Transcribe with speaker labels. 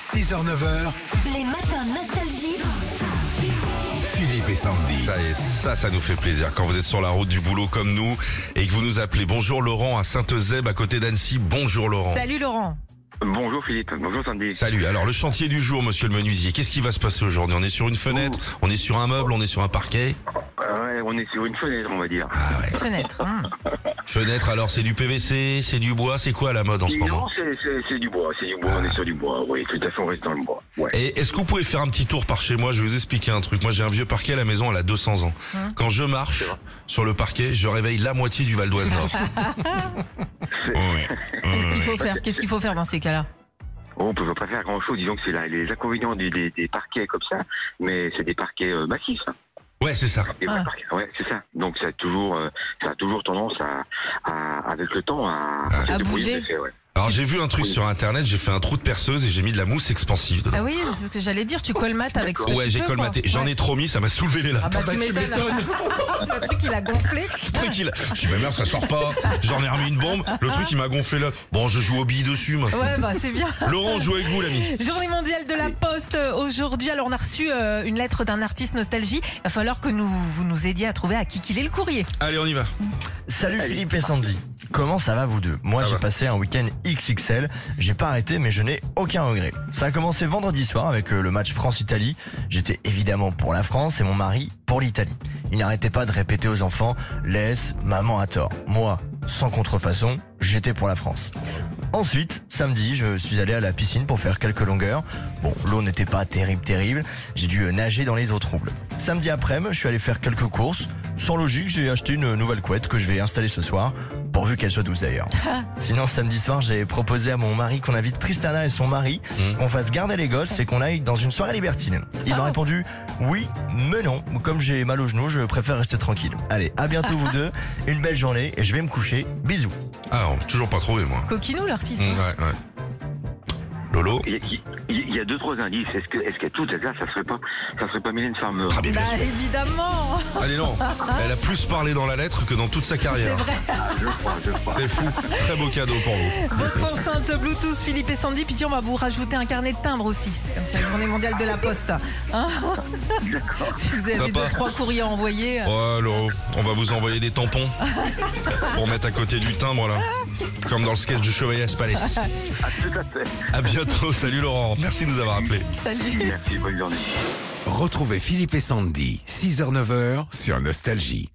Speaker 1: 6h-9h,
Speaker 2: Les matins nostalgie.
Speaker 1: Philippe et Sandy.
Speaker 3: Ça, et ça, ça nous fait plaisir. Quand vous êtes sur la route du boulot comme nous et que vous nous appelez Bonjour Laurent à Sainte-Eusèbe à côté d'Annecy. Bonjour Laurent.
Speaker 4: Salut Laurent.
Speaker 5: Bonjour Philippe, bonjour Sandy.
Speaker 3: Salut. Alors le chantier du jour, monsieur le menuisier, qu'est-ce qui va se passer aujourd'hui On est sur une fenêtre, on est sur un meuble, on est sur un parquet.
Speaker 5: Euh, Ouais, on est sur une fenêtre, on va dire.
Speaker 3: Ah ouais.
Speaker 4: Fenêtre. hmm.
Speaker 3: Fenêtre, alors c'est du PVC, c'est du bois, c'est quoi la mode en ce moment
Speaker 5: non, c'est- c'est c'est du bois, c'est du bois, on est sur du bois, oui, tout à fait, on reste dans le bois. Ouais.
Speaker 3: Et est-ce que vous pouvez faire un petit tour par chez moi Je vais vous expliquer un truc. Moi j'ai un vieux parquet à la maison, elle a 200 ans. Quand je marche sur le parquet, je réveille la moitié du Val d'Oise Nord. Ouais.
Speaker 4: Qu'est-ce qu'il
Speaker 3: Mmh. Ouais.
Speaker 4: faut faire Qu'est-ce qu'il faut faire dans ces cas-là
Speaker 5: On peut pas faire grand-chose, disons que c'est la- les inconvénients des, des- des parquets comme ça, mais c'est des parquets euh, massifs. hein.
Speaker 3: Ouais, c'est ça.
Speaker 5: Des vrais
Speaker 4: Ah.
Speaker 5: parquets, ouais, c'est ça. Donc ça a toujours, euh, ça a toujours tendance à, à- avec le temps, à, se
Speaker 4: À bouger.
Speaker 5: débrouiller, tout à fait, ouais.
Speaker 3: Alors j'ai vu un truc sur internet, j'ai fait un trou de perceuse et j'ai mis de la mousse expansive dedans.
Speaker 4: Ah oui, c'est ce que j'allais dire. Tu colmates avec ce que
Speaker 3: Ouais,
Speaker 4: tu
Speaker 3: j'ai
Speaker 4: Ah peux,
Speaker 3: colmaté.
Speaker 4: quoi.
Speaker 3: J'en
Speaker 4: Ouais.
Speaker 3: ai trop mis, ça m'a soulevé les
Speaker 4: Ah
Speaker 3: lattes.
Speaker 4: bah tu m'étonnes. Le truc il a gonflé.
Speaker 3: Tranquille. Je dis, ma mère, ça sort pas. J'en ai remis une bombe. Le truc, il m'a gonflé là. Bon, je joue aux billes dessus, maintenant.
Speaker 4: Ouais bah c'est bien.
Speaker 3: Laurent, joue avec vous, l'ami.
Speaker 4: Journée mondiale de la poste euh, aujourd'hui. Alors on a reçu euh, une lettre d'un artiste nostalgie. Il va falloir que nous vous nous aidiez à trouver à qui qu'il est le courrier.
Speaker 3: Allez, on y va.
Speaker 6: Salut Philippe et Sandy. Comment ça va vous deux Moi
Speaker 3: Ça
Speaker 6: j'ai
Speaker 3: va.
Speaker 6: passé un week-end XXL, j'ai pas arrêté mais je n'ai aucun regret. Ça a commencé vendredi soir avec euh, le match France-Italie. J'étais évidemment pour la France et mon mari pour l'Italie. Il n'arrêtait pas de répéter aux enfants laisse maman à tort. Moi, sans contrefaçon, j'étais pour la France. Ensuite, samedi, je suis allé à la piscine pour faire quelques longueurs. Bon, l'eau n'était pas terrible, terrible. J'ai dû euh, nager dans les eaux troubles. Samedi après-midi, je suis allé faire quelques courses. Sans logique, j'ai acheté une nouvelle couette que je vais installer ce soir, pourvu qu'elle soit douce d'ailleurs. Sinon, samedi soir, j'ai proposé à mon mari qu'on invite Tristana et son mari,
Speaker 3: Mm.
Speaker 6: qu'on fasse garder les gosses et qu'on aille dans une soirée libertine. Il
Speaker 4: Ah.
Speaker 6: m'a répondu oui, mais non. Comme j'ai mal au genou, je préfère rester tranquille. Allez, à bientôt vous deux. Une belle journée et je vais me coucher. Bisous.
Speaker 3: Ah, on toujours pas trouvé, moi.
Speaker 4: Coquinou l'artiste. hein.
Speaker 3: Mm, ouais, ouais. Lolo.
Speaker 5: Il y, a- il y a deux, trois indices. Est-ce que, est-ce qu'à toutes là, ça serait pas, ça serait pas Mylène Farmer
Speaker 3: Ah, mais bien
Speaker 4: Bah
Speaker 3: sûr.
Speaker 4: évidemment.
Speaker 3: Allez, non. Elle a plus parlé dans la lettre que dans toute sa carrière.
Speaker 5: Je
Speaker 3: bah.
Speaker 5: crois, je crois.
Speaker 3: C'est fou. Très beau cadeau pour vous.
Speaker 4: Votre enceinte Bluetooth Philippe et Sandy. Puis tiens on va vous rajouter un carnet de timbres aussi. Comme c'est la journée mondiale de la poste. Hein si vous avez
Speaker 3: Sympa.
Speaker 4: deux trois courriers à envoyer. euh,
Speaker 3: Oh, Lolo. On va vous envoyer des tampons pour mettre à côté du timbre, là. Comme dans le sketch du Chevalier Espalès.
Speaker 5: Ah, tout à fait.
Speaker 3: À bientôt. Salut, Laurent. Merci de nous avoir appelés.
Speaker 4: Salut.
Speaker 5: Merci, bonne journée.
Speaker 1: Retrouvez Philippe et Sandy, 6h-9h sur Nostalgie.